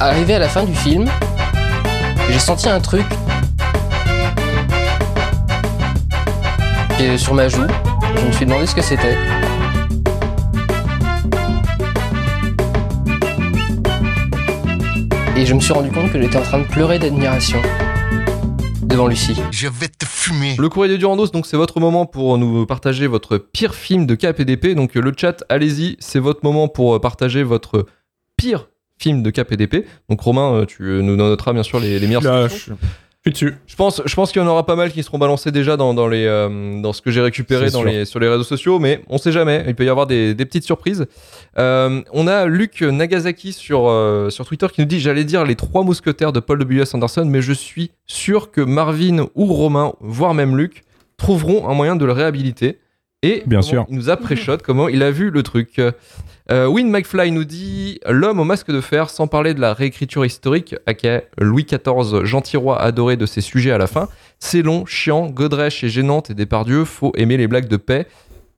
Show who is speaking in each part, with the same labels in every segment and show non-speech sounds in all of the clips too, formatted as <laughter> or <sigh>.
Speaker 1: Arrivé à la fin du film, j'ai senti un truc et sur ma joue. Je me suis demandé ce que c'était. Et je me suis rendu compte que j'étais en train de pleurer d'admiration devant Lucie.
Speaker 2: Je vais te fumer.
Speaker 3: Le courrier de Durandos, donc c'est votre moment pour nous partager votre pire film de KPDP. Donc euh, le chat, allez-y, c'est votre moment pour euh, partager votre pire film de KPDP. Donc Romain, euh, tu euh, nous noteras bien sûr les, les meilleurs.
Speaker 4: Là, je
Speaker 3: sélections.
Speaker 4: suis je suis dessus.
Speaker 3: Je pense, je pense qu'il y en aura pas mal qui seront balancés déjà dans, dans, les, euh, dans ce que j'ai récupéré
Speaker 4: C'est
Speaker 3: dans
Speaker 4: sûr.
Speaker 3: les, sur les réseaux sociaux, mais on sait jamais. Il peut y avoir des, des petites surprises. Euh, on a Luc Nagasaki sur, euh, sur Twitter qui nous dit J'allais dire les trois mousquetaires de Paul W.S. Anderson, mais je suis sûr que Marvin ou Romain, voire même Luc, trouveront un moyen de le réhabiliter. Et
Speaker 4: Bien
Speaker 3: comment
Speaker 4: sûr.
Speaker 3: il nous appréchote comment il a vu le truc. Euh, Win McFly nous dit L'homme au masque de fer, sans parler de la réécriture historique, aka Louis XIV, gentil roi adoré de ses sujets à la fin. C'est long, chiant, Godrèche est gênante et Depardieu, faut aimer les blagues de paix.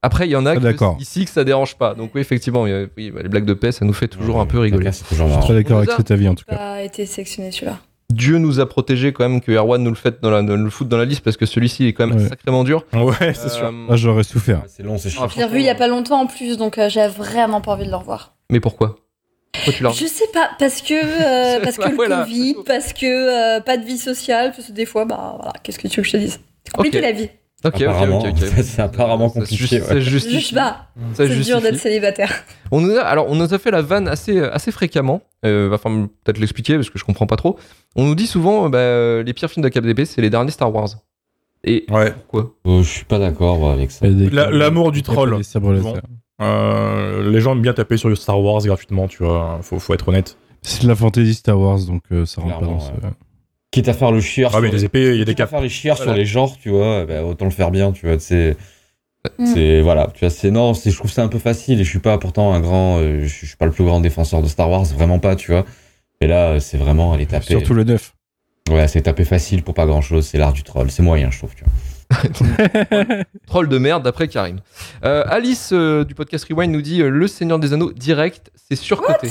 Speaker 3: Après, il y en a
Speaker 5: Ah,
Speaker 3: que-
Speaker 5: d'accord.
Speaker 3: ici que ça dérange pas. Donc, oui, effectivement, il y a- oui, bah, les blagues de paix, ça nous fait toujours un peu rigoler.
Speaker 6: C'est toujours
Speaker 5: Je suis
Speaker 6: marrant.
Speaker 5: très d'accord avec
Speaker 3: Bizarre.
Speaker 5: cet avis en tout cas.
Speaker 7: pas été sélectionné celui-là.
Speaker 3: Dieu nous a protégés quand même que Erwan nous le, fait dans la, nous le foute dans la liste parce que celui-ci il est quand même
Speaker 5: Ouais.
Speaker 3: sacrément dur.
Speaker 4: Ouais, c'est sûr.
Speaker 3: Euh,
Speaker 5: Ah, j'aurais souffert.
Speaker 6: C'est long,
Speaker 3: Ah,
Speaker 6: c'est chiant.
Speaker 7: Je l'ai revu il y a pas longtemps en plus, donc euh, j'avais vraiment pas envie de le revoir.
Speaker 3: Mais pourquoi Pourquoi tu l'as
Speaker 7: Je sais pas, parce que, euh,
Speaker 3: C'est-
Speaker 7: parce que
Speaker 3: bah
Speaker 7: le
Speaker 3: voilà,
Speaker 7: Covid,
Speaker 3: c'est tout.
Speaker 7: parce que euh, pas de vie sociale, parce que des fois, bah voilà, qu'est-ce que tu veux que je te dise C'est compliqué
Speaker 3: Ok.
Speaker 7: la vie.
Speaker 3: Ok, ok,
Speaker 6: apparemment,
Speaker 3: ok, ok.
Speaker 6: <laughs> c'est apparemment
Speaker 3: Ça se ju-
Speaker 6: compliqué.
Speaker 3: ça
Speaker 6: ouais.
Speaker 3: se justifie.
Speaker 7: Juste bah,
Speaker 3: Ça
Speaker 7: c'est dur
Speaker 3: justifie.
Speaker 7: d'être célibataire. <laughs>
Speaker 3: On nous a, alors, on nous a fait la vanne assez, assez fréquemment. Euh, va falloir peut-être l'expliquer parce que je comprends pas trop. On nous dit souvent euh, bah, euh, les pires films de KDP, c'est les derniers Star Wars. Et
Speaker 4: Ouais.
Speaker 3: pourquoi
Speaker 6: Euh, je suis pas d'accord ouais, avec ça.
Speaker 4: La- L'amour du troll.
Speaker 5: Des sabres laser.
Speaker 4: Bon. Euh, les gens aiment bien taper sur Star Wars gratuitement, tu vois. Faut, faut être honnête.
Speaker 5: C'est de la fantasy Star Wars, donc euh, ça rentre pas
Speaker 6: Clairement,
Speaker 5: dans ce.
Speaker 6: Quitte à faire le chieur.
Speaker 4: Ah, mais
Speaker 6: sur
Speaker 4: les épées, il y a des
Speaker 6: Quitte à
Speaker 4: caps.
Speaker 6: faire les chieurs sur
Speaker 4: Voilà.
Speaker 6: les genres, tu vois, bah, autant le faire bien, tu vois. C'est,
Speaker 7: Mm.
Speaker 6: c'est voilà, tu vois, c'est non, c'est, je trouve ça un peu facile. Et je suis pas pourtant un grand, euh, je, je suis pas le plus grand défenseur de Star Wars, vraiment pas, tu vois. Et là, euh, c'est vraiment aller taper.
Speaker 5: Surtout le 9.
Speaker 6: Ouais, c'est taper facile pour pas grand chose. C'est l'art du troll, c'est moyen, je trouve. Tu vois.
Speaker 3: Troll de merde d'après Karim. Euh, Alice euh, du podcast Rewind nous dit euh, Le Seigneur des Anneaux direct, c'est surcoté.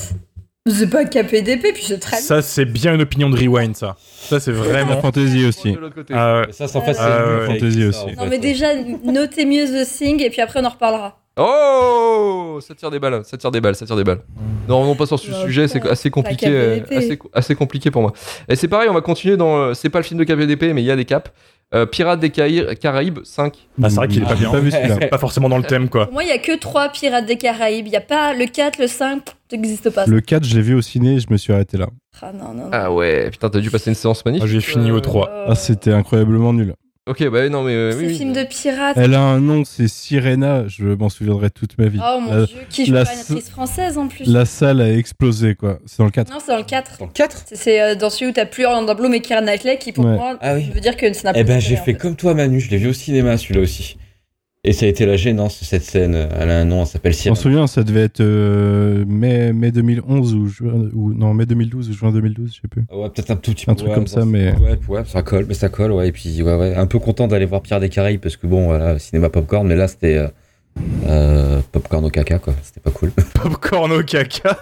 Speaker 7: C'est pas KPDP, puis c'est très bien.
Speaker 4: Ça, c'est bien une opinion de Rewind, ça. Ça, c'est <laughs>
Speaker 5: La
Speaker 4: vraiment.
Speaker 5: fantasy aussi.
Speaker 3: De l'autre côté.
Speaker 4: Ah, ouais.
Speaker 6: Et ça, c'est en fait, c'est
Speaker 7: Ah,
Speaker 6: nul
Speaker 4: ouais.
Speaker 6: qui a écrit
Speaker 5: Fantasy
Speaker 6: ça,
Speaker 5: aussi.
Speaker 6: en fait.
Speaker 7: Non mais déjà, notez mieux The Thing et puis après on en reparlera.
Speaker 3: Oh Ça tire des balles, ça tire des balles, ça tire des balles. Non, on passe sur ce
Speaker 7: Ouais,
Speaker 3: sujet, c'est
Speaker 7: putain,
Speaker 3: assez compliqué, euh,
Speaker 7: KPDP.
Speaker 3: assez, assez compliqué pour moi. Et c'est pareil, on va continuer dans. euh, C'est pas le film de KPDP, mais il y a des caps. Euh, Pirates des Caï- Caraïbes 5.
Speaker 4: Ah, c'est vrai qu'il est pas
Speaker 5: J'ai
Speaker 4: bien.
Speaker 5: pas
Speaker 4: <laughs>
Speaker 5: vu celui-là.
Speaker 4: Pas forcément dans le thème, quoi.
Speaker 7: Pour moi, il y a que trois Pirates des Caraïbes. Il y a pas le 4, le 5, pff, ça n'existe pas.
Speaker 5: Le 4, je l'ai vu au ciné et je me suis arrêté là.
Speaker 7: Ah non, non. non.
Speaker 3: Ah ouais, putain, t'as dû passer une séance
Speaker 4: Moi,
Speaker 3: magnifique.
Speaker 4: j'ai fini au
Speaker 7: <laughs>
Speaker 4: 3.
Speaker 7: Euh,
Speaker 5: Ah, c'était incroyablement nul.
Speaker 3: Ok, bah non, mais. euh,
Speaker 7: C'est
Speaker 3: oui, oui.
Speaker 7: film de pirates.
Speaker 5: Elle a un nom, c'est Sirena. Je m'en souviendrai toute ma vie.
Speaker 7: Oh mon
Speaker 5: la,
Speaker 7: dieu, qui joue
Speaker 5: la
Speaker 7: pas une
Speaker 5: s-
Speaker 7: actrice française en plus.
Speaker 5: la salle a explosé, quoi. C'est dans le 4.
Speaker 7: Non, c'est dans le 4.
Speaker 6: Dans le 4
Speaker 7: C'est- C'est euh, dans celui où t'as plus Orlando Bloom et Keira Knightley qui, pour
Speaker 5: Ouais.
Speaker 7: moi,
Speaker 6: Ah oui.
Speaker 7: veut dire que ça n'a pas
Speaker 6: Eh ben,
Speaker 7: de
Speaker 6: j'ai
Speaker 7: valeur, en
Speaker 6: fait comme toi, Manu. Je l'ai vu au cinéma, celui-là aussi. Et ça a été la gênance cette scène. Euh, Elle a un nom, elle s'appelle
Speaker 5: Je
Speaker 6: Sirène.
Speaker 5: m'en souviens, ça devait être euh, mai, mai 2011 ou, juin, ou non, mai 2012 ou juin 2012, je sais plus.
Speaker 6: Ouais, peut-être un tout petit
Speaker 5: Un
Speaker 6: peu.
Speaker 5: truc
Speaker 6: ouais,
Speaker 5: comme
Speaker 6: dans-
Speaker 5: ça, mais-
Speaker 6: Ouais, ouais, ça colle, mais ça colle, ouais. Et puis, ouais, ouais. Un peu content d'aller voir Pierre des Caraïbes parce que bon, voilà, cinéma popcorn, mais là, c'était. euh, euh, popcorn au caca, quoi. C'était pas cool.
Speaker 4: Popcorn au
Speaker 7: <laughs>
Speaker 4: caca.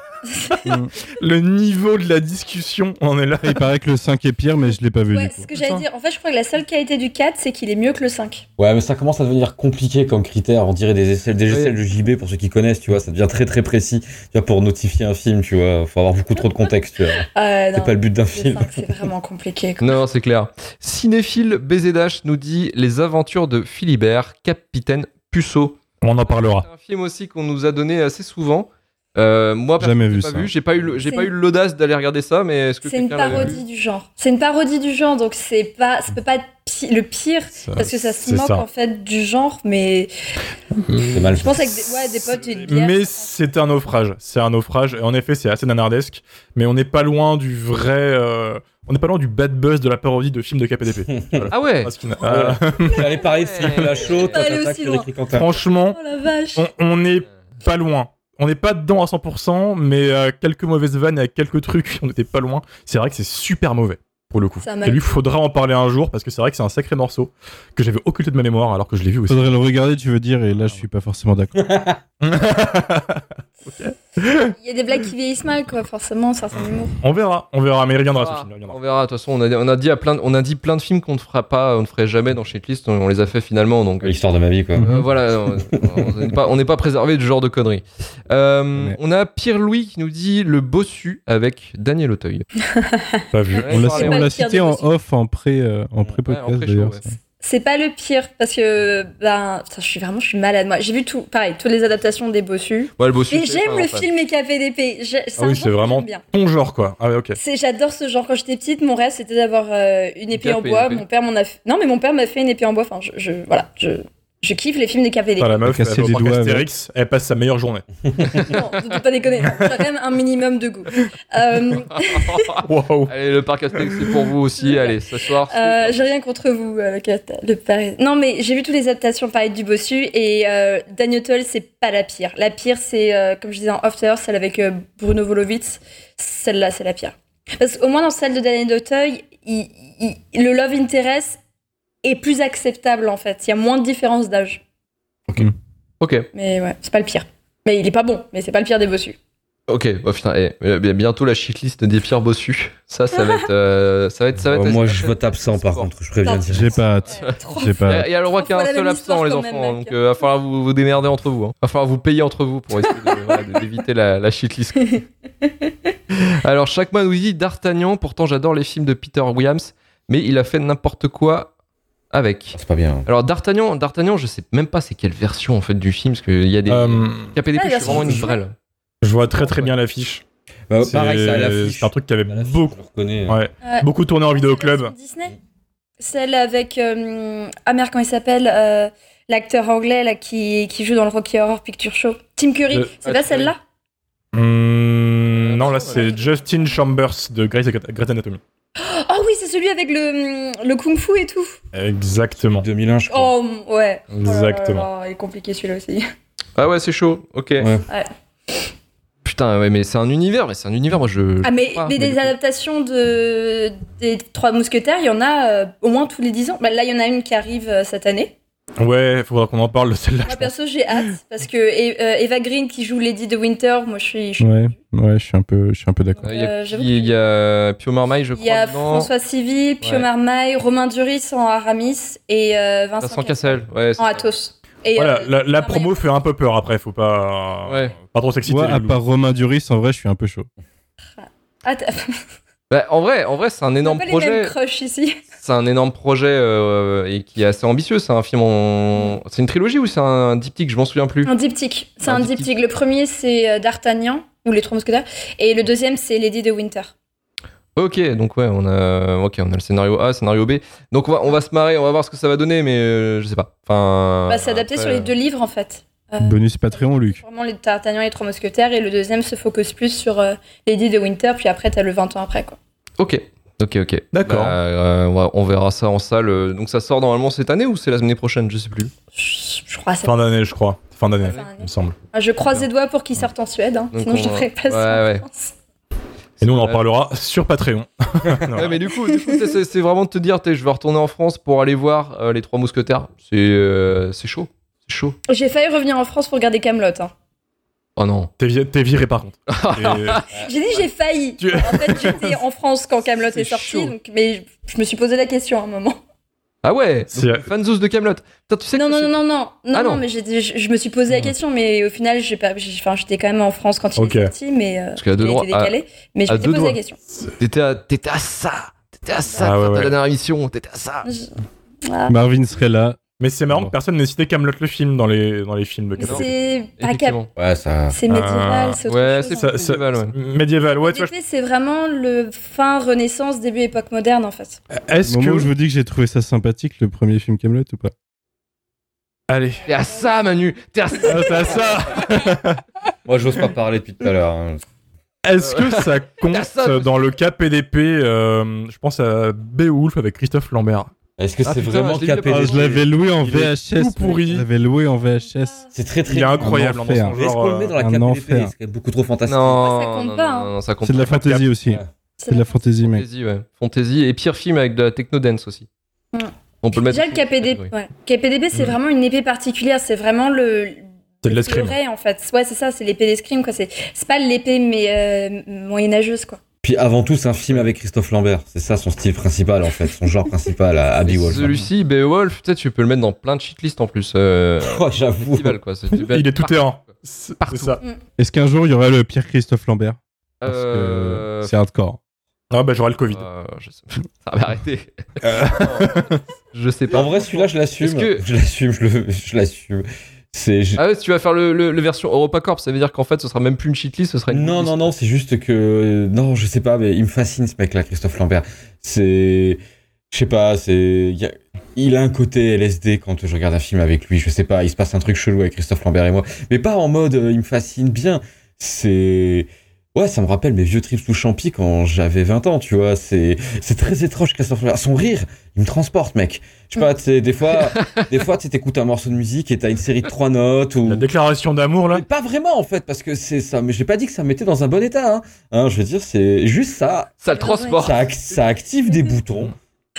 Speaker 5: Mm.
Speaker 4: le niveau de la discussion, on est là.
Speaker 5: Il paraît que le 5 est pire, mais je l'ai pas vu.
Speaker 7: fait. Ouais,
Speaker 5: du coup.
Speaker 7: c'est ce que j'allais dire. En fait, je crois que la seule qualité du 4, c'est qu'il est mieux que le 5.
Speaker 6: <laughs> Ouais, mais ça commence à devenir compliqué comme critère. On dirait des aisselles, des
Speaker 3: Oui.
Speaker 6: aisselles de JB pour ceux qui connaissent, tu vois. Ça devient très très précis. Tu vois, pour notifier un film, tu vois. Faut avoir beaucoup trop de contexte, tu <laughs> vois.
Speaker 7: Euh, non,
Speaker 6: C'est pas le but d'un
Speaker 7: le
Speaker 6: film.
Speaker 7: 5, c'est vraiment compliqué. quoi.
Speaker 3: Non, non, c'est clair. Cinéphile BZH nous dit Les aventures de Philibert, Capitaine Puceau.
Speaker 4: On en parlera.
Speaker 3: C'est un film aussi qu'on nous a donné assez souvent. Euh, moi, perso,
Speaker 5: Jamais
Speaker 3: j'ai
Speaker 5: vu
Speaker 3: pas
Speaker 5: ça.
Speaker 3: vu, j'ai pas eu, le- j'ai
Speaker 7: C'est
Speaker 3: pas
Speaker 7: une-
Speaker 3: eu l'audace d'aller regarder ça, mais est-ce que
Speaker 7: C'est une
Speaker 3: quelqu'un l'avait vu
Speaker 7: parodie du genre. C'est une parodie du genre, donc c'est pas, ça peut pas être pi- le pire parce que ça se
Speaker 4: c'est
Speaker 7: moque
Speaker 4: ça.
Speaker 7: en fait du genre, mais
Speaker 6: C'est mal
Speaker 7: je pense avec des, ouais, des potes et une bière.
Speaker 4: Mais c'est un naufrage. C'est un naufrage. Et en effet, c'est assez nanardesque. Mais on n'est pas loin du vrai. euh, On n'est pas loin du bad buzz de la parodie de film de KPDP.
Speaker 3: Ah ouais
Speaker 4: Parce qu'il n'a- Ah,
Speaker 6: <laughs> J'allais parler de Philippe Lachaud, toi,
Speaker 7: Pas aller
Speaker 6: t'attaques
Speaker 7: aussi
Speaker 6: le
Speaker 7: loin.
Speaker 6: décrit Quentin.
Speaker 4: Franchement,
Speaker 7: Oh la vache!
Speaker 4: on- on n'est pas loin. On n'est pas dedans <laughs> à 100%, mais euh, quelques mauvaises vannes avec quelques trucs, on n'était pas loin. C'est vrai que c'est super mauvais. pour le coup.
Speaker 7: Ça m'a-
Speaker 4: Et lui, faudra en parler un jour parce que c'est vrai que c'est un sacré morceau que j'avais occulté de ma mémoire alors que je l'ai vu aussi.
Speaker 5: Faudrait le regarder, tu veux dire, et là je suis pas forcément d'accord.
Speaker 7: Il y a des blagues qui vieillissent mal, quoi, forcément, certains humour.
Speaker 4: on verra, on verra, mais il reviendra ce
Speaker 3: Ah,
Speaker 4: film. il reviendra.
Speaker 3: On verra. De toute façon, on a, on a dit à plein, de, on a dit plein de films qu'on ne fera pas, on ne ferait jamais dans Shitlist. On, on les a fait finalement, donc. euh,
Speaker 6: L'histoire de ma vie, quoi.
Speaker 5: Mhm.
Speaker 3: voilà, on- on n'est pas, on n'est pas préservé de ce genre de conneries. Euh,
Speaker 5: Ouais.
Speaker 3: On a Pierre Louis qui nous dit le bossu avec Daniel Auteuil.
Speaker 4: Pas vu.
Speaker 3: Ouais,
Speaker 5: On l'a
Speaker 3: c'est
Speaker 5: on
Speaker 3: pas
Speaker 7: le
Speaker 5: l'a
Speaker 7: pire
Speaker 5: cité
Speaker 7: des
Speaker 5: en
Speaker 7: possibles.
Speaker 5: off, en pré, euh, en pré
Speaker 3: Ouais, en
Speaker 5: podcast
Speaker 3: pré-show,
Speaker 5: d'ailleurs.
Speaker 3: ouais.
Speaker 5: ça.
Speaker 7: C'est pas le pire, parce que, ben, putain, je suis vraiment, je suis malade, moi. J'ai vu tout, pareil, toutes les adaptations des bossus.
Speaker 3: Ouais, le bossu.
Speaker 7: Et
Speaker 3: c'est
Speaker 7: j'aime
Speaker 3: pas
Speaker 7: le
Speaker 3: mal.
Speaker 7: <laughs> film EKPDP. J'ai-
Speaker 4: Ah oui,
Speaker 7: un
Speaker 4: c'est
Speaker 7: genre que
Speaker 4: vraiment-
Speaker 7: j'aime bien.
Speaker 4: Ton genre quoi. Ah ouais, ok.
Speaker 7: C'est- J'adore ce genre. Quand j'étais petite, mon rêve c'était d'avoir euh, une épée en
Speaker 3: Épée,
Speaker 7: bois.
Speaker 3: épée.
Speaker 7: Mon père m'en a fait... Non, mais mon père m'a fait une épée en bois. Enfin, je, je- voilà, je, je kiffe les films des KPD.
Speaker 4: Putain, la meuf,
Speaker 5: casser
Speaker 4: elle va
Speaker 5: des
Speaker 4: au parc
Speaker 5: doigts,
Speaker 4: Astérix, elle passe sa meilleure journée.
Speaker 7: Non, ne faut pas déconner. non, J'ai quand même un minimum de goût. Euh,
Speaker 4: <laughs> Waouh.
Speaker 3: Allez, le parc Astérix, c'est pour vous aussi. Allez, ce soir. c'est-
Speaker 7: euh, j'ai rien contre vous, euh, le, cat- le Paris. Non, mais j'ai vu toutes les adaptations pareil du Bossu et euh, Daniel Toll, c'est pas la pire. La pire, c'est euh, comme je disais en After, celle avec euh, Bruno Volovitz. Celle-là, c'est la pire. Parce qu'au moins dans celle de Daniel Auteuil, il- il- le love interest est plus acceptable en fait. Il y a moins de différence d'âge.
Speaker 3: Ok.
Speaker 7: Mais ouais, c'est pas le pire. Mais il est pas bon, mais c'est pas le pire des bossus.
Speaker 3: Ok, oh putain, eh, euh, bien- bientôt la shitlist des pires bossus. Ça, ça va être. euh, ça va être, ça va être
Speaker 6: Euh, moi, je vote absent, par
Speaker 3: sport.
Speaker 6: contre, je préviens.
Speaker 7: Putain.
Speaker 5: J'ai pas hâte.
Speaker 7: Trop
Speaker 5: J'ai
Speaker 3: Il y
Speaker 5: pas hâte.
Speaker 3: a- il y a le roi qui a un
Speaker 7: Trois fois la
Speaker 3: seul
Speaker 7: même histoire
Speaker 3: absent, les
Speaker 7: quand même,
Speaker 3: enfants. hein,
Speaker 7: mec.
Speaker 3: donc, il va falloir vous, vous démerder entre vous. Il va falloir vous payer entre vous pour essayer
Speaker 7: <laughs>
Speaker 3: de- voilà, de- d'éviter la, la shitlist. Alors, Shackman nous dit D'Artagnan, pourtant j'adore les films de Peter Williams, mais il a fait n'importe quoi avec.
Speaker 6: C'est pas bien.
Speaker 3: Alors, D'Artagnan, D'Artagnan, je sais même pas c'est quelle version en fait du film, parce qu'il y a des.
Speaker 4: Euh,
Speaker 3: KPDP,
Speaker 7: Ah,
Speaker 3: je
Speaker 7: la
Speaker 3: suis vraiment une
Speaker 7: version-
Speaker 3: brêle.
Speaker 4: je vois très très bien l'affiche.
Speaker 6: Bah,
Speaker 4: C'est-
Speaker 6: pareil, c'est à l'affiche.
Speaker 4: C'est un truc qui avait
Speaker 6: À l'affiche,
Speaker 4: beaucoup,
Speaker 6: Je le reconnais.
Speaker 4: Ouais. beaucoup tourné en
Speaker 7: Version
Speaker 4: vidéoclub.
Speaker 7: Disney Celle avec. Euh, ah merde, comment il s'appelle euh, L'acteur anglais là, qui, qui joue dans le Rocky Horror Picture Show. Tim Curry.
Speaker 4: Le-
Speaker 7: c'est
Speaker 3: ah,
Speaker 7: pas
Speaker 3: Tim
Speaker 7: celle-là
Speaker 4: Hum, non,
Speaker 3: Voilà.
Speaker 4: là c'est Justin Chambers de Grey's Grey's Anatomy.
Speaker 7: Oh oui, c'est celui avec le, hum, le Kung Fu et tout.
Speaker 4: Exactement.
Speaker 6: 2001, je crois.
Speaker 7: Oh hum, ouais. Oh là là
Speaker 4: Exactement.
Speaker 7: là, il est compliqué celui-là aussi.
Speaker 3: Ah ouais, c'est chaud, ok. Putain, ouais, mais c'est un univers, mais c'est un univers, moi je.
Speaker 7: Ah, mais
Speaker 3: Ah,
Speaker 7: des,
Speaker 3: mais
Speaker 7: des
Speaker 3: du coup-
Speaker 7: adaptations de, des Trois Mousquetaires, il y en a euh, au moins tous les 10 ans. Bah, là, il y en a une qui arrive euh, cette année.
Speaker 4: Ouais, faudra qu'on en parle de celle-là.
Speaker 7: Moi perso j'ai hâte parce que et- euh, Eva Green qui joue Lady de Winter, moi je suis. je suis-
Speaker 5: Ouais, ouais, je suis un peu, je suis un peu d'accord.
Speaker 3: Euh, Il y, a
Speaker 7: Euh, j'avoue
Speaker 3: qui- il y a Pio Marmaille, je
Speaker 7: Il
Speaker 3: crois.
Speaker 7: y a
Speaker 3: dedans.
Speaker 7: François Civil, Pio
Speaker 3: Ouais.
Speaker 7: Marmaille, Romain Duris en Aramis et euh, Vincent,
Speaker 3: Vincent
Speaker 7: Cassel
Speaker 3: Ah, Cassel,
Speaker 7: Ah,
Speaker 3: ouais. c'est
Speaker 7: en
Speaker 3: ça.
Speaker 7: Athos. Et,
Speaker 4: Voilà,
Speaker 7: euh,
Speaker 4: la, la
Speaker 7: un
Speaker 4: promo fait un peu peur après, faut pas,
Speaker 3: Ouais.
Speaker 4: pas trop s'exciter.
Speaker 5: Moi,
Speaker 4: les
Speaker 5: à
Speaker 4: loups.
Speaker 5: part Romain Duris, en vrai, je suis un peu chaud.
Speaker 7: Ah, t'as- <laughs>
Speaker 3: Bah, en vrai, en vrai, c'est un
Speaker 7: on
Speaker 3: énorme
Speaker 7: a pas les
Speaker 3: projet.
Speaker 7: mêmes crushs ici.
Speaker 3: C'est un énorme projet euh, et qui est assez ambitieux. C'est un film en. C'est une trilogie ou c'est un diptyque Je m'en souviens plus.
Speaker 7: Un diptyque. C'est
Speaker 3: Un
Speaker 7: un
Speaker 3: diptyque.
Speaker 7: diptyque. Le premier c'est euh, D'Artagnan ou les Trois Mousquetaires et le deuxième c'est Lady de Winter.
Speaker 3: Ok, donc ouais, on a. Ok, on a le scénario A, scénario B. Donc on va, on va se marrer, on va voir ce que ça va donner, mais euh, je sais pas. Enfin.
Speaker 7: On va s'adapter
Speaker 3: après,
Speaker 7: Bah, sur les deux livres en fait. Euh,
Speaker 5: Bonus Patreon, Luc.
Speaker 7: Vraiment les D'Artagnan et les Trois Mousquetaires et le deuxième se focus plus sur euh, Lady de Winter puis après t'as le 20 ans après quoi.
Speaker 3: Ok. Ok, ok.
Speaker 4: D'accord.
Speaker 3: Bah, euh, on va- on verra ça en salle. Donc ça sort normalement cette année ou c'est la semaine prochaine Je sais plus.
Speaker 7: Je je crois que ça
Speaker 4: Fin d'année, je crois. Fin d'année,
Speaker 7: Fin d'année.
Speaker 4: il me semble.
Speaker 7: Ah, Je croise les doigts pour qu'ils sortent en Suède, hein.
Speaker 3: Donc
Speaker 7: sinon je
Speaker 3: on-
Speaker 7: devrais passer
Speaker 3: ouais, ouais.
Speaker 7: en France.
Speaker 4: Et nous, on en
Speaker 3: Euh,
Speaker 4: parlera sur Patreon. <laughs>
Speaker 3: Ouais, mais du coup, du coup, c'est- c'est c'est vraiment de te dire, t'es, je vais retourner en France pour aller voir euh, les Trois Mousquetaires. C'est euh, c'est chaud, c'est chaud.
Speaker 7: J'ai failli revenir en France pour regarder Camelot. hein.
Speaker 3: Oh non.
Speaker 4: T'es vi- t'es viré par <laughs> contre. Et-
Speaker 7: J'ai dit j'ai failli.
Speaker 4: Tu-
Speaker 7: En fait, j'étais en France quand Camelot est,
Speaker 4: C'est
Speaker 7: sorti,
Speaker 4: chaud.
Speaker 7: donc, mais je- je me suis posé la question à un moment.
Speaker 3: Ah ouais.
Speaker 4: C'est-
Speaker 3: donc, Fanzous de Camelot. Putain, tu sais
Speaker 7: Non,
Speaker 3: que
Speaker 7: non,
Speaker 3: c'est-
Speaker 7: non, non, non, non,
Speaker 3: Ah non.
Speaker 7: non, mais j'ai dit- je, je me suis posé la question, mais au final, j'ai pas, j'ai- enfin, j'étais quand même en France quand il
Speaker 4: Ok.
Speaker 7: est sorti, mais euh,
Speaker 3: Parce qu'à
Speaker 7: il
Speaker 3: deux
Speaker 7: a
Speaker 3: droits.
Speaker 7: été décalé. mais je
Speaker 3: à
Speaker 7: me suis
Speaker 3: deux
Speaker 7: posé
Speaker 3: doigts.
Speaker 7: la question.
Speaker 3: T'étais à, t'étais à ça. T'étais à ça.
Speaker 4: Ah
Speaker 3: de
Speaker 4: ouais,
Speaker 3: faire ta
Speaker 4: ouais.
Speaker 3: dernière émission. T'étais à ça.
Speaker 7: Je- Ah.
Speaker 5: Marvin serait là.
Speaker 4: Mais c'est marrant
Speaker 5: Bon.
Speaker 4: que personne n'ait cité Camelot le film dans les, dans les films de
Speaker 7: Mais
Speaker 4: Camelot.
Speaker 7: C'est pas Cap-
Speaker 3: Effectivement.
Speaker 6: Ouais, ça.
Speaker 7: c'est médiéval, c'est autre
Speaker 3: Ouais,
Speaker 7: chose. hein.
Speaker 3: c'est
Speaker 7: en
Speaker 3: ça,
Speaker 7: fait.
Speaker 3: c'est- Médiéval, ouais.
Speaker 4: Médiéval, ouais, tu vois.
Speaker 7: DP, c'est vraiment le fin Renaissance, début époque moderne, en fait.
Speaker 4: je- Est-ce
Speaker 5: Au moment où
Speaker 4: que.
Speaker 5: je vous dis que j'ai trouvé ça sympathique, le premier film Camelot ou pas
Speaker 4: Allez.
Speaker 3: T'es à ça, Manu. T'es à ça.
Speaker 4: Ah, c'est à ça
Speaker 6: Moi, j'ose pas parler depuis tout à l'heure. hein.
Speaker 4: Est-ce que ça compte
Speaker 3: ça,
Speaker 4: euh, dans le cas PDP euh, Je pense à Beowulf avec Christophe Lambert.
Speaker 6: Est-ce que
Speaker 3: Ah,
Speaker 6: c'est
Speaker 3: putain,
Speaker 6: vraiment
Speaker 3: je l'ai vu
Speaker 6: capé
Speaker 3: Ah,
Speaker 5: Ah,
Speaker 3: oui.
Speaker 5: je l'avais loué en
Speaker 4: Il est
Speaker 5: VHS.
Speaker 4: tout pourri.
Speaker 5: Je l'avais loué
Speaker 7: Ah.
Speaker 5: en VHS.
Speaker 6: C'est très très.
Speaker 4: Il est incroyable en
Speaker 5: enfer.
Speaker 4: son
Speaker 6: Mais est-ce
Speaker 4: genre.
Speaker 6: qu'on le met
Speaker 4: euh,
Speaker 6: dans la
Speaker 5: un
Speaker 6: KPDP
Speaker 5: enfer.
Speaker 6: C'est beaucoup trop fantastique.
Speaker 3: Non,
Speaker 7: Ça compte
Speaker 3: non,
Speaker 7: pas,
Speaker 3: non,
Speaker 7: hein.
Speaker 3: non, ça compte
Speaker 5: C'est de la
Speaker 3: pas.
Speaker 5: fantaisie aussi.
Speaker 6: Ouais.
Speaker 5: C'est de la fantaisie, mec.
Speaker 3: Fantasy, ouais. Fantasy et pire film avec de la techno dance aussi.
Speaker 7: Mm.
Speaker 3: On peut le mettre.
Speaker 7: Déjà,
Speaker 3: sous
Speaker 7: le
Speaker 3: cette
Speaker 7: KPD...
Speaker 3: catégorie.
Speaker 7: ouais. KPDP, c'est
Speaker 4: Mm.
Speaker 7: vraiment une épée particulière. C'est vraiment le.
Speaker 4: C'est de
Speaker 7: le
Speaker 4: l'escrime.
Speaker 7: Blu-ray, en fait. Ouais, c'est ça, c'est l'épée d'escrime, quoi. C'est c'est pas l'épée, mais euh, moyenâgeuse, quoi. <clears throat>
Speaker 6: Puis avant tout, c'est un film avec Christophe Lambert. C'est ça son style principal, en fait. Son genre
Speaker 3: <laughs>
Speaker 6: principal à Abbey Wolf. hein.
Speaker 3: Celui-ci, Beowulf, peut-être tu peux le mettre dans plein de shitlists en plus.
Speaker 6: <laughs>
Speaker 3: euh,
Speaker 6: Oh, j'avoue.
Speaker 3: festival, quoi. C'est- tu peux
Speaker 4: euh, Il est
Speaker 3: être
Speaker 4: tout
Speaker 3: partout,
Speaker 4: terrain.
Speaker 3: quoi.
Speaker 4: C'est
Speaker 3: Partout.
Speaker 4: c'est ça.
Speaker 5: Est-ce qu'un jour il y aura le pire Christophe Lambert Parce que
Speaker 3: Euh,
Speaker 5: c'est hardcore.
Speaker 4: Ah bah j'aurai le Covid.
Speaker 3: euh, je sais pas. <laughs> Ça va arrêter. <laughs> je sais pas.
Speaker 6: Euh. En vrai, celui-là, je l'assume.
Speaker 3: Est-ce que-
Speaker 6: Je l'assume, je le- je l'assume. C'est. je-
Speaker 3: Ah ouais, si tu vas faire le, le- le version EuropaCorp, ça veut dire qu'en fait, ce sera même plus une shitlist, ce sera une.
Speaker 6: Non,
Speaker 3: liste.
Speaker 6: non, non, c'est juste que. Non, je sais pas, mais il me fascine ce mec-là, Christophe Lambert. C'est. Je sais pas, c'est. il y a- Il a un côté LSD quand je regarde un film avec lui. Je sais pas, il se passe un truc chelou avec Christophe Lambert et moi. Mais pas en mode euh, il me fascine bien. C'est. Ouais, ça me rappelle mes vieux trips sous champi quand j'avais 20 ans, tu vois. C'est, c'est très étrange, Christophe Lambert. Son rire, il me transporte, mec. Je sais pas, tu sais, des fois, des fois, tu sais, t'écoutes un morceau de musique et t'as une série de trois notes ou.
Speaker 4: La déclaration d'amour là.
Speaker 6: Mais pas vraiment en fait, parce que c'est ça. Mais j'ai pas dit que ça me mettait dans un bon état. Hein. Hein, je veux dire, c'est juste ça.
Speaker 3: Ça le transporte.
Speaker 6: Ça, ac- ça active des boutons.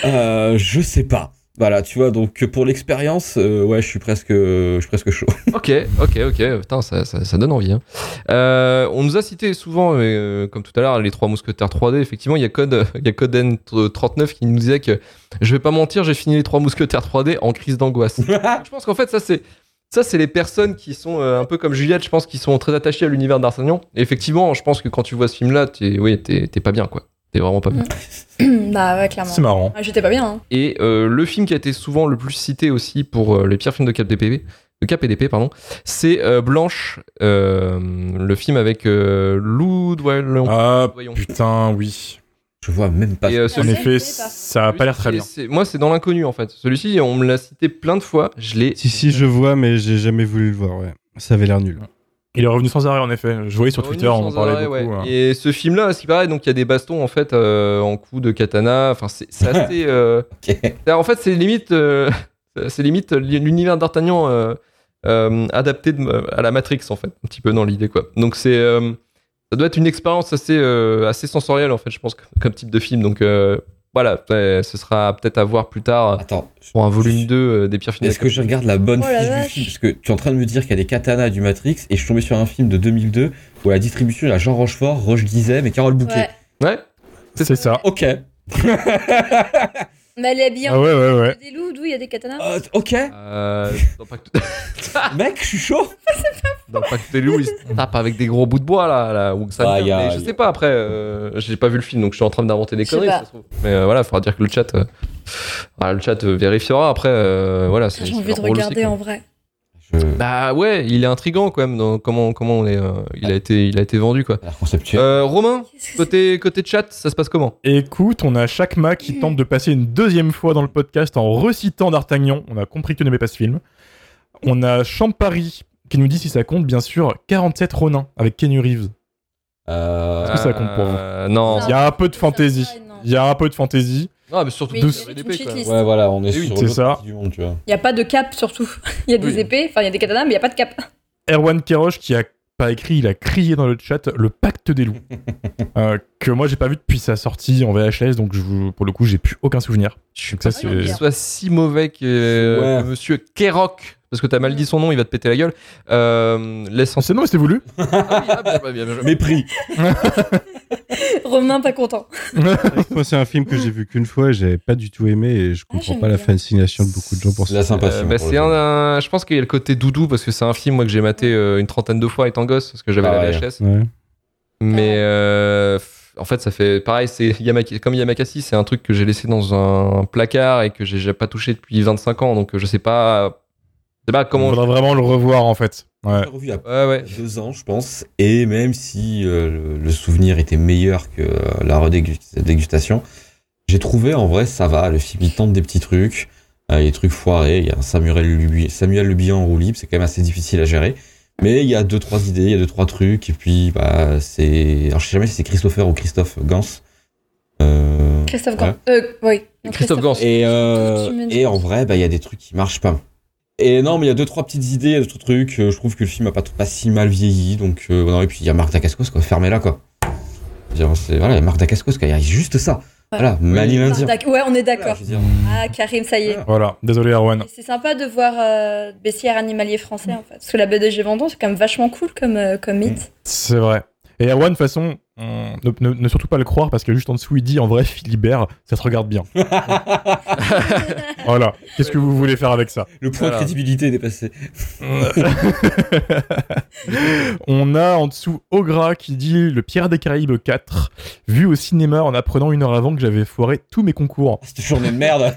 Speaker 6: Euh, je sais pas. Voilà, tu vois. Donc pour l'expérience, euh, ouais, je suis presque, je suis presque chaud. <laughs>
Speaker 3: Ok, ok, ok. Putain, ça, ça- ça donne envie. hein. Euh, on nous a cité souvent, euh, comme tout à l'heure, les trois mousquetaires 3D. Effectivement, il y a Code, il y a Coden39 qui nous disait que je vais pas mentir, j'ai fini les trois mousquetaires 3D en crise d'angoisse. Donc, je pense qu'en fait, ça c'est. Ça, c'est les personnes qui sont euh, un peu comme Juliette, je pense, qui sont très attachées à l'univers d'Artagnan. Et effectivement, je pense que quand tu vois ce film-là, t'es oui, t'es- t'es pas bien, quoi. T'es vraiment pas bien.
Speaker 7: bah ouais, clairement.
Speaker 4: C'est marrant.
Speaker 7: Ah, J'étais pas bien, hein.
Speaker 3: Et euh, le film qui a été souvent le plus cité aussi pour euh, les pires films de KPDP, de KPDP pardon, c'est euh, Blanche, euh, le film avec euh, Lou Doyon.
Speaker 4: Ah
Speaker 3: Voyons.
Speaker 4: putain oui.
Speaker 6: Je vois même pas.
Speaker 3: Et, euh,
Speaker 4: En
Speaker 7: Ah,
Speaker 3: celui-ci,
Speaker 7: c'est vrai,
Speaker 4: effet,
Speaker 7: c'est pas.
Speaker 4: ça a pas l'air très bien.
Speaker 3: c'est- moi, c'est dans l'inconnu en fait. Celui-ci, on me l'a cité plein de fois. Je l'ai.
Speaker 5: Si, si, je vois, mais j'ai jamais voulu le voir, ouais. Ça avait l'air nul.
Speaker 4: Il est revenu sans arrêt en effet. Je voyais sur Twitter, on en
Speaker 3: Sans
Speaker 4: parlait
Speaker 3: arrêt,
Speaker 4: beaucoup.
Speaker 3: ouais.
Speaker 4: hein.
Speaker 3: Et ce film-là, ce qui paraît, donc il y a des bastons en fait euh, en coup de katana. Enfin, c'est
Speaker 6: <laughs>
Speaker 3: c'est assez. euh,
Speaker 6: Ok.
Speaker 3: c'est- En fait, c'est limite, euh, <laughs> c'est limite l'univers d'Artagnan euh, euh, adapté de- à la Matrix en fait, un petit peu dans l'idée quoi. Donc c'est, euh, ça doit être une expérience assez euh, assez sensorielle en fait, je pense comme, comme type de film. Donc euh, voilà, ouais, ce sera peut-être à voir plus tard
Speaker 6: Attends.
Speaker 3: pour un volume 2 euh, des pires films.
Speaker 6: Ah, Est-ce que je regarde la bonne
Speaker 7: Oh la
Speaker 6: fiche du
Speaker 7: vache.
Speaker 6: film Parce que tu es en train de me dire qu'il y a des katanas du Matrix et je suis tombé sur un film de 2002 où la distribution il y a Jean Rochefort, Roche Guizet et Carole Bouquet.
Speaker 7: Ouais.
Speaker 3: Ouais.
Speaker 4: C'est ça.
Speaker 6: Ok. Euh,
Speaker 7: Mais elle est habillée
Speaker 4: Ah
Speaker 7: en
Speaker 4: ouais ouais Ah, ouais.
Speaker 7: des loups, d'où il y a des katanas.
Speaker 6: Euh,
Speaker 3: <laughs>
Speaker 6: ok.
Speaker 3: Euh, dans Pacte-
Speaker 6: Mec, je suis chaud.
Speaker 3: Dans Pacte des <laughs> loups, ils se tapent avec des gros bouts de bois là, là ou que ça
Speaker 6: Ah,
Speaker 3: vient.
Speaker 6: y a-
Speaker 3: Mais je sais pas après, euh, j'ai pas vu le film donc je suis en train d'inventer des
Speaker 7: Je sais
Speaker 3: conneries.
Speaker 7: pas.
Speaker 3: ça se trouve. Mais euh, voilà, faudra dire que le chat, euh, voilà, le chat euh, vérifiera après. euh, voilà, c'est-
Speaker 7: J'ai
Speaker 3: c'est
Speaker 7: envie
Speaker 3: leur
Speaker 7: de
Speaker 3: rôle aussi,
Speaker 7: regarder
Speaker 3: quoi.
Speaker 7: en vrai.
Speaker 6: Je...
Speaker 3: Bah ouais, il est intrigant quand même. Dans comment comment on est, euh, il a été il a été vendu quoi.
Speaker 6: Alors, conceptuel.
Speaker 3: Euh, Romain,
Speaker 7: Qu'est-ce que c'est
Speaker 3: côté côté chat, ça se passe comment
Speaker 4: Écoute, on a Chakma qui tente de passer une deuxième fois dans le podcast en recitant d'Artagnan. On a compris que tu n'aimais pas ce film. On a Champari qui nous dit si ça compte, bien sûr, 47 Ronin avec Kenny Reeves.
Speaker 6: Euh,
Speaker 4: que ça compte pour vous
Speaker 3: Euh, Non,
Speaker 4: Il y a un peu de fantaisie. Il y a un peu de fantaisie.
Speaker 3: non mais surtout
Speaker 7: Oui,
Speaker 3: de-
Speaker 7: il y avait toute une
Speaker 3: quoi.
Speaker 7: shitlist.
Speaker 6: Ouais, voilà, on est
Speaker 3: Eh Oui,
Speaker 6: sur
Speaker 4: c'est
Speaker 6: l'autre
Speaker 4: ça.
Speaker 6: partie du monde, tu vois.
Speaker 7: Il n'y a pas de cap, surtout. <laughs> Il y a des
Speaker 3: Oui.
Speaker 7: épées, enfin, il y a des katanas, mais il n'y a pas de cap. <laughs>
Speaker 4: Erwan Keroche qui a pas écrit, il a crié dans le chat le pacte des
Speaker 3: <laughs>
Speaker 4: loups. Euh, que moi j'ai pas vu depuis sa sortie en VHS, donc je vous- pour le coup j'ai plus aucun souvenir.
Speaker 3: Je suis
Speaker 4: Donc ça,
Speaker 3: pas sûr
Speaker 7: c'est-
Speaker 3: qu'il soit si mauvais que euh,
Speaker 6: Ouais.
Speaker 3: que Monsieur Kerok, parce que t'as mal dit son nom, il va te péter la gueule. Euh, laisse en-
Speaker 4: C'est non, mais c'était voulu.
Speaker 3: Ah oui, ah,
Speaker 6: bah,
Speaker 3: bien, bien, bien, bien.
Speaker 6: Mépris.
Speaker 7: Romain, pas content.
Speaker 5: Moi, c'est un film que j'ai vu qu'une fois et j'avais pas du tout aimé et je comprends
Speaker 7: Ah, j'aime
Speaker 5: pas la
Speaker 7: bien.
Speaker 5: fascination de beaucoup de gens pour
Speaker 6: La
Speaker 5: ça.
Speaker 6: sympathie. hein,
Speaker 3: Euh, bah, c'est un, un- je pense qu'il y a le côté doudou parce que c'est un film moi que j'ai maté euh, une trentaine de fois étant gosse parce que j'avais
Speaker 6: Ah
Speaker 3: la
Speaker 6: ouais.
Speaker 3: VHS.
Speaker 5: Ouais.
Speaker 3: Mais euh, f- en fait, ça fait pareil. C'est Yamaki- comme Yamakasi, c'est un truc que j'ai laissé dans un placard et que j'ai j'ai pas touché depuis 25 ans. Donc euh, je sais pas, je sais pas
Speaker 4: On
Speaker 3: comment.
Speaker 4: faudra vraiment le revoir en fait. Ouais.
Speaker 6: revu il y a
Speaker 3: Ouais ouais.
Speaker 6: deux ans, je pense. Et même si euh, le, le souvenir était meilleur que euh, la redégustation, j'ai trouvé en vrai ça va. Le film il tente des petits trucs, euh, il y a des trucs foirés. Il y a un Samuel Lubi, Samuel Le Bihan en roue libre, c'est quand même assez difficile à gérer. Mais il y a deux trois idées, il y a deux trois trucs. Et puis bah c'est, alors je sais jamais si c'est Christopher ou Christophe Gans. Euh,
Speaker 7: Christophe
Speaker 6: Ouais.
Speaker 7: Gans. Euh, oui. Non,
Speaker 3: Christophe Gans.
Speaker 6: Et, euh,
Speaker 7: Tout humaine.
Speaker 6: et en vrai, bah, il y a des trucs qui marchent pas. Et non, mais il y a deux, trois petites idées, il y a d'autres trucs. euh, Je trouve que le film a pas, pas si mal vieilli. Donc, euh, non, et puis il y a Marc Dacascos, quoi. Fermez-la, quoi. Je veux dire, c'est- voilà, il y a Marc Dacascos qui a juste ça.
Speaker 7: Ouais.
Speaker 6: Voilà, Mali
Speaker 7: Ah,
Speaker 6: l'Indien.
Speaker 7: d'ac- Ouais, on est
Speaker 6: Voilà,
Speaker 7: d'accord.
Speaker 6: je veux dire,
Speaker 7: Ah, Karim, ça y est.
Speaker 6: Voilà.
Speaker 4: Voilà, désolé Erwan.
Speaker 7: Et C'est sympa de voir euh, baissière animalier français en fait. Parce que la BDG Vendon, c'est quand même vachement cool comme, euh, comme mythe.
Speaker 5: Mmh.
Speaker 4: C'est vrai. Et Erwan, de toute façon, on- ne, ne- ne surtout pas le croire parce que juste en dessous, il dit en vrai, Philibert, ça se regarde bien. voilà. Qu'est-ce que vous voulez faire avec ça
Speaker 6: Le point
Speaker 3: Voilà.
Speaker 6: de crédibilité est dépassé.
Speaker 4: On a en dessous Ogra qui dit Le Pierre des Caraïbes 4, vu au cinéma en apprenant une heure avant que j'avais foiré tous mes concours.
Speaker 6: <laughs> Ah, Cette journée de merde.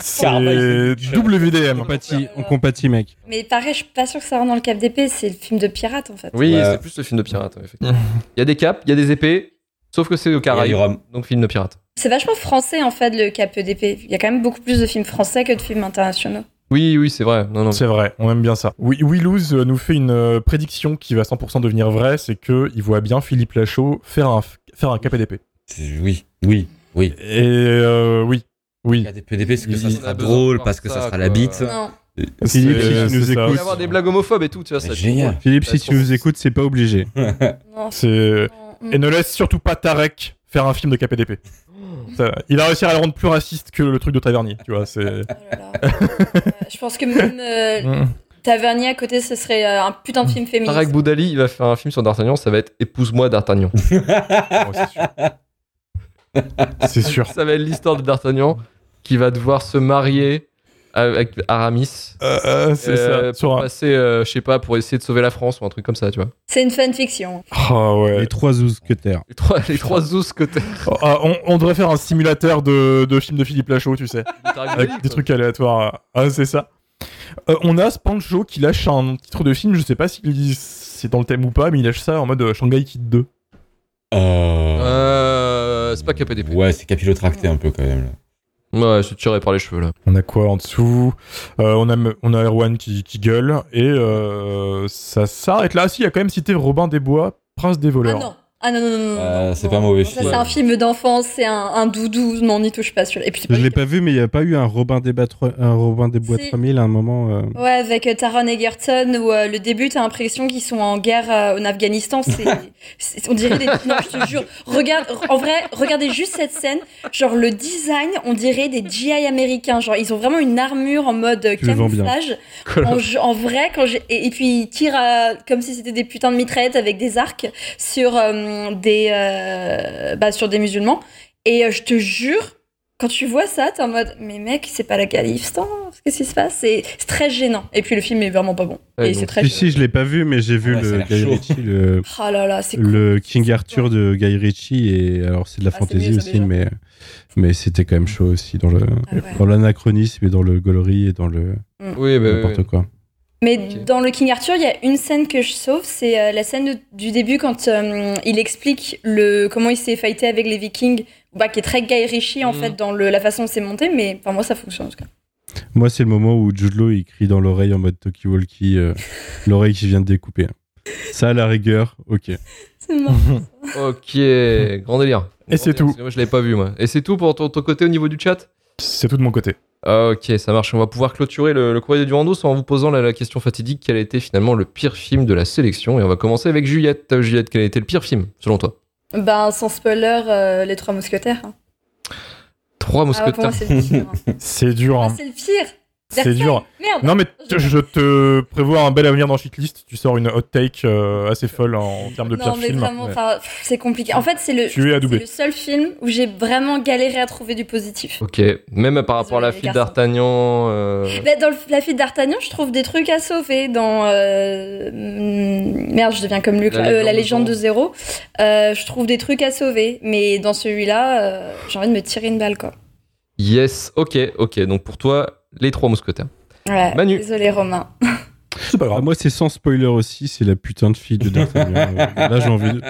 Speaker 4: C'est
Speaker 6: Carmichael.
Speaker 5: On
Speaker 4: WDM.
Speaker 5: compatit, on compatit, mec.
Speaker 7: Euh, Mais pareil, je suis pas sûre que ça rentre dans le cap d'épée, c'est le film de pirate en fait.
Speaker 3: Oui,
Speaker 6: Ouais.
Speaker 3: c'est plus le film de pirate, ouais, effectivement. Il y a des caps, il y a des épées, sauf que c'est au
Speaker 6: Il y a
Speaker 3: <laughs>
Speaker 6: du
Speaker 3: Caraïbes,
Speaker 6: rhum.
Speaker 3: donc film de pirate.
Speaker 7: C'est vachement français en fait le cap d'épée. Il y a quand même beaucoup plus de films français que de films internationaux.
Speaker 3: Oui, oui, c'est vrai. Non, non.
Speaker 4: C'est vrai, on aime bien ça. Oui, Willouz euh, nous fait une euh, prédiction qui va 100% devenir vraie c'est qu'il voit bien Philippe Lachaud faire un, faire un KPDP.
Speaker 6: C'est- Oui, oui, oui.
Speaker 4: Et euh, oui, oui.
Speaker 6: Il y a des PDP parce que ça
Speaker 5: Il-
Speaker 3: On a
Speaker 6: sera
Speaker 3: besoin de
Speaker 6: drôle,
Speaker 3: voir
Speaker 6: parce que
Speaker 3: Ah, bah, ça,
Speaker 6: ça sera
Speaker 3: quoi.
Speaker 6: la bite.
Speaker 7: Non.
Speaker 5: Philippe, si
Speaker 4: C'est-
Speaker 5: tu nous
Speaker 4: c'est ça.
Speaker 3: Il va
Speaker 5: écoutes.
Speaker 3: y avoir des blagues homophobes et tout, tu vois. Ça,
Speaker 6: Mais génial.
Speaker 5: Philippe,
Speaker 3: Ouais,
Speaker 5: si tu nous
Speaker 3: c'est-
Speaker 5: écoutes, c'est pas obligé.
Speaker 7: Non,
Speaker 4: C'est-
Speaker 7: non, hmm.
Speaker 4: Et
Speaker 7: non.
Speaker 4: ne laisse surtout pas Tarek faire un film
Speaker 3: <gasps>
Speaker 4: de KPDP. Ça- il a réussi à le rendre plus raciste que le truc de Tavernier, tu vois.
Speaker 3: <laughs>
Speaker 4: C'est.
Speaker 7: Oh là là. Euh, je pense que même euh,
Speaker 4: Mm.
Speaker 7: Tavernier à côté, ce serait euh, un putain de film féministe.
Speaker 3: Tarek Boudali, il va faire un film sur D'Artagnan, ça va être Épouse-moi D'Artagnan.
Speaker 4: Oh, c'est sûr. c'est sûr.
Speaker 3: ça va être l'histoire de D'Artagnan qui va devoir se marier avec Aramis.
Speaker 4: Euh, euh, c'est
Speaker 3: euh,
Speaker 4: ça. Sur
Speaker 3: pour
Speaker 4: un-
Speaker 3: passer, euh, je sais pas, pour essayer de sauver la France ou un truc comme ça, tu vois.
Speaker 7: C'est une fanfiction.
Speaker 4: Oh, ouais.
Speaker 5: Les trois zousquetaires.
Speaker 3: Les trois, les trois zoos
Speaker 4: <laughs>
Speaker 3: côté
Speaker 4: Oh, ah, on, on devrait faire un simulateur de, de film de Philippe Lachaud, tu sais.
Speaker 3: de Tarek Boudali,
Speaker 4: Avec des
Speaker 3: quoi.
Speaker 4: trucs aléatoires. Ah, c'est ça. Euh, on a Spanjo qui lâche un titre de film, je sais pas si c'est dans le thème ou pas, mais il lâche ça en mode euh, Shanghai Kid 2.
Speaker 6: Euh,
Speaker 3: Euh, c'est pas KPDP. Ouais,
Speaker 6: Ouais, c'est capillotracté un peu quand même. là.
Speaker 3: ouais c'est tiré par les cheveux là.
Speaker 4: On a quoi en dessous Euh, on, a, me- on a Erwan qui, qui gueule. Et euh, ça s'arrête là. Ah, si, il a quand même cité Robin des Bois, Prince des
Speaker 7: Ah
Speaker 4: voleurs.
Speaker 7: non. Ah non, non, non, non, non.
Speaker 6: Euh,
Speaker 7: non,
Speaker 6: c'est
Speaker 7: non.
Speaker 6: pas un mauvais
Speaker 7: Non, ça,
Speaker 6: film.
Speaker 7: c'est un film d'enfance, c'est un, un doudou. Non, on n'y touche pas. celui-là. Et puis, c'est
Speaker 5: Je
Speaker 7: pas-
Speaker 5: l'ai pas vu, mais il n'y a pas eu un Robin des, Bois tro- un Robin des Bois
Speaker 7: Si.
Speaker 5: 3000 à un moment. euh,
Speaker 7: Ouais, avec euh, Taron Egerton, où euh, le début, t'as l'impression qu'ils sont en guerre euh, en Afghanistan. C'est, c'est- on dirait des. Non, je te jure. Regarde, en vrai, regardez juste cette scène. Genre, le design, on dirait des GI américains. Genre, ils ont vraiment une armure en mode euh,
Speaker 5: Tu le vends bien.
Speaker 7: camouflage.
Speaker 3: Cool.
Speaker 7: En, jeu- en vrai, quand j'ai. Et, et puis, ils tirent euh, comme si c'était des putains de mitraillettes avec des arcs sur, euh, des, euh, bah, sur des musulmans. Et euh, je te jure. Quand tu vois ça, t'es en mode, mais mec, c'est pas la Califstan, qu'est-ce qui se passe C'est c'est très gênant. Et puis le film est vraiment pas bon.
Speaker 3: Ouais,
Speaker 7: et
Speaker 3: donc,
Speaker 7: c'est très
Speaker 5: Si,
Speaker 7: gênant.
Speaker 5: si, je l'ai pas vu, mais j'ai vu
Speaker 6: Ouais, ça a
Speaker 5: le,
Speaker 6: l'air
Speaker 5: Guy
Speaker 6: chaud.
Speaker 5: Ritchie, le,
Speaker 7: Oh là là, c'est cool.
Speaker 5: le King Arthur de Guy Ritchie. Et alors, c'est de la
Speaker 7: Ah, c'est
Speaker 5: fantaisie
Speaker 7: mieux, ça,
Speaker 5: aussi,
Speaker 7: déjà.
Speaker 5: mais, mais c'était quand même chaud aussi dans le-
Speaker 7: Ah ouais.
Speaker 5: dans l'anachronisme et dans le gaulerie et dans le
Speaker 3: Oui, bah, oui,
Speaker 5: n'importe
Speaker 3: oui.
Speaker 5: quoi.
Speaker 7: Mais
Speaker 3: Ok.
Speaker 7: dans le King Arthur, il y a une scène que je sauve, c'est euh, la scène de- du début quand euh, il explique le comment il s'est fighté avec les Vikings, bah, qui est très Guy Ritchie en
Speaker 3: Mhm.
Speaker 7: fait dans le, la façon dont c'est monté. Mais enfin moi ça fonctionne en tout cas.
Speaker 5: Moi, c'est le moment où Jude Law il crie dans l'oreille en mode Toki Walkie, euh, l'oreille qui vient de découper. Ça, à la rigueur, ok.
Speaker 7: C'est marrant.
Speaker 4: <laughs>
Speaker 3: Ok, grand délire.
Speaker 4: Et
Speaker 3: Grand
Speaker 4: c'est
Speaker 3: délire,
Speaker 4: tout.
Speaker 3: parce que Moi, je l'avais pas vu, moi. Et c'est tout pour ton, ton côté au niveau du chat
Speaker 4: <laughs> C'est tout de mon côté.
Speaker 3: Ah, Ok, ça marche. On va pouvoir clôturer le, le courrier du rando en vous posant la, la question fatidique quel a été finalement le pire film de la sélection Et on va commencer avec Juliette. Euh, Juliette, quel a été le pire film, selon toi
Speaker 7: ben sans spoiler, euh, les trois mousquetaires. hein.
Speaker 3: Trois
Speaker 7: Ah ouais, pour
Speaker 3: mousquetaires.
Speaker 7: moi c'est le pire.
Speaker 5: <laughs>
Speaker 7: hein.
Speaker 4: C'est dur.
Speaker 7: Ah,
Speaker 4: hein.
Speaker 7: c'est le pire.
Speaker 4: C'est
Speaker 7: Versailles.
Speaker 4: dur.
Speaker 7: Merde. <laughs>
Speaker 4: Non, mais t- je te prévois un bel avenir dans Shitlist. Tu sors une hot take euh, assez folle en termes de pire
Speaker 7: non mais
Speaker 4: film.
Speaker 7: vraiment, enfin, pff, c'est compliqué. En fait, c'est le,
Speaker 4: Tu es
Speaker 7: c'est
Speaker 4: adoubé.
Speaker 7: le seul film où j'ai vraiment galéré à trouver du positif.
Speaker 3: Ok, même par rapport à la
Speaker 7: Désolé, les
Speaker 3: fille
Speaker 7: garçons.
Speaker 3: d'Artagnan. euh,
Speaker 7: Bah, dans le- la fille d'Artagnan, je trouve des trucs à sauver. Dans euh, mm, merde, je deviens comme Luc.
Speaker 3: La
Speaker 7: là. Euh,
Speaker 3: légende
Speaker 7: La, légende
Speaker 3: de
Speaker 7: de zéro. Euh, je trouve des trucs à sauver, mais dans celui-là, euh, j'ai envie de me tirer une balle quoi.
Speaker 3: Yes, ok, ok. Donc pour toi, les trois mousquetaires.
Speaker 7: Ouais,
Speaker 3: Manu.
Speaker 7: Désolé Romain.
Speaker 4: C'est pas
Speaker 5: Ah,
Speaker 4: grave.
Speaker 5: moi, c'est sans spoiler aussi, c'est la putain de fille de D'Artagnan. Euh, Là, j'ai envie de-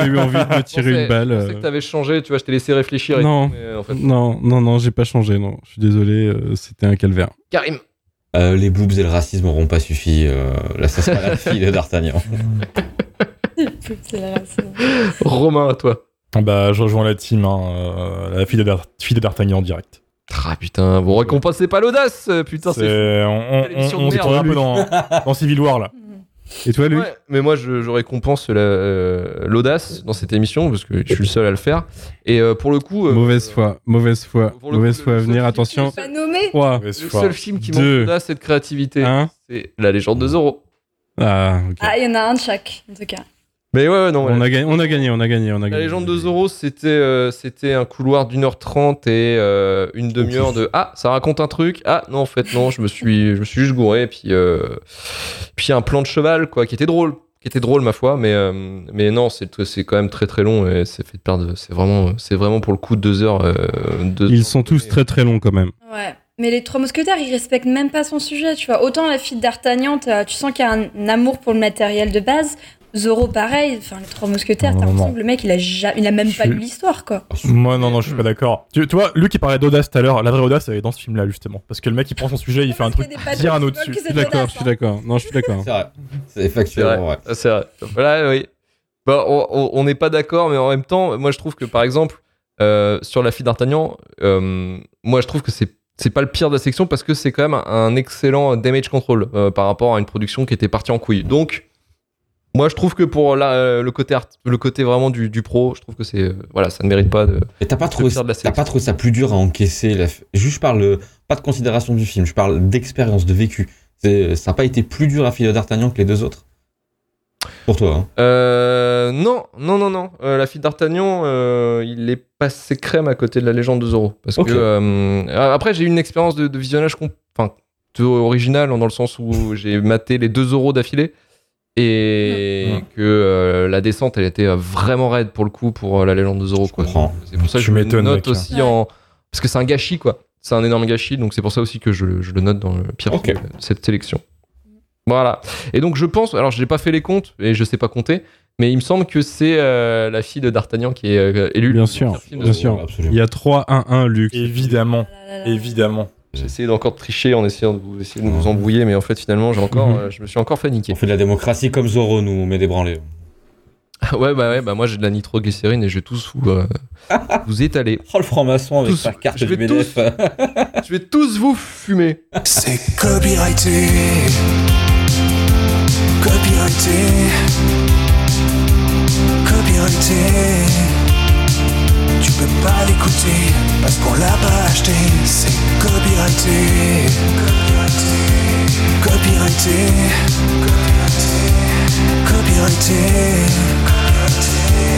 Speaker 5: j'ai eu envie de me tirer
Speaker 3: Je pensais-
Speaker 5: une balle.
Speaker 3: Je pensais que
Speaker 5: euh.
Speaker 3: t'avais changé, tu vois, je t'ai laissé réfléchir. et
Speaker 5: Non.
Speaker 3: tout, mais euh, en fait-
Speaker 5: Non, non, non, j'ai pas changé, non. Je suis désolé, euh, c'était un calvaire.
Speaker 3: Karim <laughs>
Speaker 6: Euh, les boobs et le racisme n'auront pas suffi. euh, là, ça
Speaker 3: <laughs>
Speaker 6: sera la fille de D'Artagnan.
Speaker 7: C'est la race.
Speaker 3: Romain, à toi.
Speaker 4: Bah, je rejoins la team. hein, euh, la fille de Dar- fille de D'Artagnan en direct.
Speaker 3: Ah putain, vous récompensez pas l'audace, euh, putain, c'est
Speaker 4: C'est- on, on,
Speaker 3: Quelle émission
Speaker 4: on
Speaker 3: de merde,
Speaker 4: se
Speaker 3: hein.
Speaker 4: croirait
Speaker 3: <laughs>
Speaker 4: un
Speaker 3: Luc.
Speaker 4: peu dans, dans Civil War là.
Speaker 7: Mm.
Speaker 5: Et toi, Luc
Speaker 3: Ouais, mais moi, je, je récompense la- euh, l'audace dans cette émission parce que je suis le seul à le faire. Et euh, pour le coup, euh,
Speaker 5: Mauvaise foi, mauvaise foi,
Speaker 3: pour le coup,
Speaker 5: mauvaise
Speaker 3: le-
Speaker 5: foi à
Speaker 3: le-
Speaker 5: venir.
Speaker 3: le-
Speaker 5: Attention.
Speaker 7: Pas nommé
Speaker 5: 3,
Speaker 3: le seul film qui manque
Speaker 5: Deux.
Speaker 3: d'audace et de créativité,
Speaker 4: Hein
Speaker 5: 1.
Speaker 3: c'est La Légende de Zorro.
Speaker 5: Ah, ok.
Speaker 7: Ah, il y en a un de chaque, en tout cas.
Speaker 3: Mais ouais, ouais, non.
Speaker 5: On
Speaker 3: ouais.
Speaker 5: a gagné, on a gagné, on a gagné. On a
Speaker 3: La
Speaker 5: gagné.
Speaker 3: Légende de Zorro, c'était euh, c'était un couloir d'une heure trente et euh, une demi-heure de ah ça raconte un truc ah non en fait non je me suis je me suis juste gouré et puis euh, puis un plan de cheval quoi qui était drôle qui était drôle ma foi mais euh, mais non c'est c'est quand même très très long et c'est fait de perdre c'est vraiment c'est vraiment pour le coup deux heures euh, deux
Speaker 5: Ils
Speaker 3: heures.
Speaker 5: sont tous très très longs quand même.
Speaker 7: Ouais. Mais les trois mousquetaires, ils respectent même pas son sujet, tu vois. Autant la fille d'Artagnan, t'as- tu sens qu'il y a un amour pour le matériel de base. Zorro, pareil. Enfin, les trois mousquetaires,
Speaker 4: Non,
Speaker 7: t'as
Speaker 4: non,
Speaker 7: l'impression
Speaker 4: non.
Speaker 7: que le mec, il a, ja- il a même
Speaker 4: Je
Speaker 7: pas
Speaker 4: suis-
Speaker 7: lu l'histoire, quoi.
Speaker 4: Moi, non, non, je suis
Speaker 7: Euh.
Speaker 4: pas d'accord. Tu, tu vois, Luc, il parlait d'audace tout à l'heure. La vraie audace, elle est dans ce film-là, justement. Parce que le mec, il prend son sujet, il fait un
Speaker 7: Parce
Speaker 4: truc
Speaker 7: qu'il y a des patrons
Speaker 4: bien un autre
Speaker 7: qui veulent que
Speaker 5: Je
Speaker 4: dessus.
Speaker 7: c'est
Speaker 5: suis
Speaker 7: de
Speaker 5: d'accord,
Speaker 7: l'audace,
Speaker 5: je suis d'accord. Non, je suis d'accord.
Speaker 6: C'est vrai. C'est
Speaker 3: C'est vrai.
Speaker 6: factuellement vrai.
Speaker 3: Ah, c'est vrai. Voilà, oui. Bah, on- on on n'est pas d'accord, mais en même temps, moi je trouve que par exemple, euh, sur la fille d'Artagnan, euh, moi je trouve que c'est c'est pas le pire de la section parce que c'est quand même un excellent damage control euh, par rapport à une production qui était partie en couille. Donc, moi je trouve que pour la- euh, le, côté art- le côté vraiment du, du pro, je trouve que c'est. euh, voilà, ça ne mérite pas de.
Speaker 6: Mais t'as pas, trouvé,
Speaker 3: pire de la
Speaker 6: t'as pas trouvé ça plus dur à encaisser la f- Juste, je parle euh, pas de considération du film, je parle d'expérience, de vécu. C'est- euh, Ça n'a pas été plus dur à Philo d'Artagnan que les deux autres Pour toi, hein.
Speaker 3: Euh, non, non, non, non. Euh, la fille d'Artagnan, euh, il est passé crème à côté de la légende de Zorro. Parce
Speaker 6: Ok.
Speaker 3: que euh, après, j'ai eu une expérience de, de visionnage com- enfin, de originale dans le sens où <laughs> j'ai maté les deux Zorro d'affilée et
Speaker 4: Ouais.
Speaker 3: que euh, la descente, elle était euh, vraiment raide pour le coup pour euh, la légende de Zorro.
Speaker 6: Je
Speaker 3: quoi.
Speaker 6: comprends.
Speaker 3: C'est pour ça que
Speaker 4: Tu
Speaker 3: je le
Speaker 4: m'étonnes,
Speaker 3: note
Speaker 4: mec, hein.
Speaker 3: aussi en parce que c'est un gâchis quoi. C'est un énorme gâchis, donc c'est pour ça aussi que je, je le note dans le pire
Speaker 6: Ok.
Speaker 3: film de cette sélection. Voilà. Et donc je pense, alors je n'ai pas fait les comptes et je sais pas compter, mais il me semble que c'est euh, la fille de D'Artagnan qui est euh, élue.
Speaker 5: Bien sûr,
Speaker 3: Film de
Speaker 5: bien
Speaker 3: Zorro.
Speaker 5: sûr.
Speaker 6: Absolument.
Speaker 5: Il y a 3-1-1, Luc.
Speaker 4: Évidemment,
Speaker 7: Ah là là là.
Speaker 4: évidemment.
Speaker 3: J'ai essayé d'encore tricher en essayant de vous, essayer de vous embrouiller, mais en fait finalement j'ai encore,
Speaker 5: Mhm.
Speaker 3: euh, je me suis encore fait <laughs> niquer.
Speaker 6: On fait de la démocratie comme Zorro, nous, on met des branlés.
Speaker 3: ouais bah ouais bah moi j'ai de la nitroglycérine et je vais tous vous, <laughs> euh, vous étaler.
Speaker 6: Oh, le franc-maçon avec
Speaker 3: Tous-
Speaker 6: sa carte
Speaker 3: je
Speaker 6: du
Speaker 3: vais
Speaker 6: BDF.
Speaker 3: Je vais tous vous fumer.
Speaker 2: C'est copyrighté. Copyrighté. Copyrighté. Tu peux pas l'écouter parce qu'on l'a pas acheté. C'est copyrighté. Copyrighté. Copyrighté. Copyrighté. Copyrighté.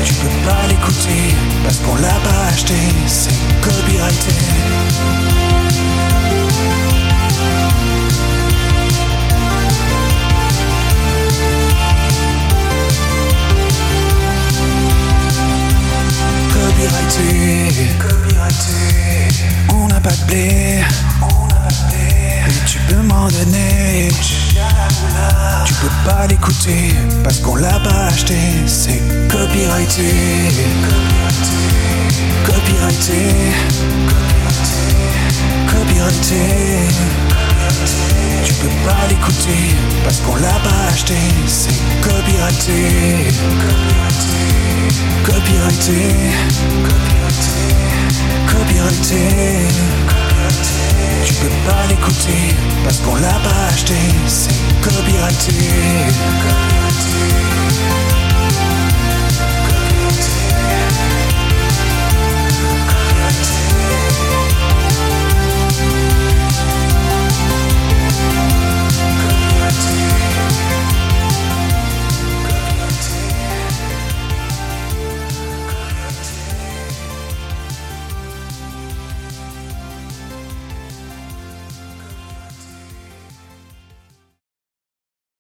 Speaker 2: Tu peux pas l'écouter parce qu'on l'a pas acheté. C'est copyrighté. Copyrighté, copyrighté. On n'a pas de blé, on n'a pas de blé. Et tu peux m'en donner, tu peux pas l'écouter parce qu'on l'a pas acheté. C'est copyrighté, copyrighté, copyrighté, copyrighté. Tu peux pas l'écouter parce qu'on l'a pas acheté. C'est copyrighté, copyrighté, copyrighté. Copyrighté Tu peux pas l'écouter Parce qu'on l'a pas acheté C'est copyrighté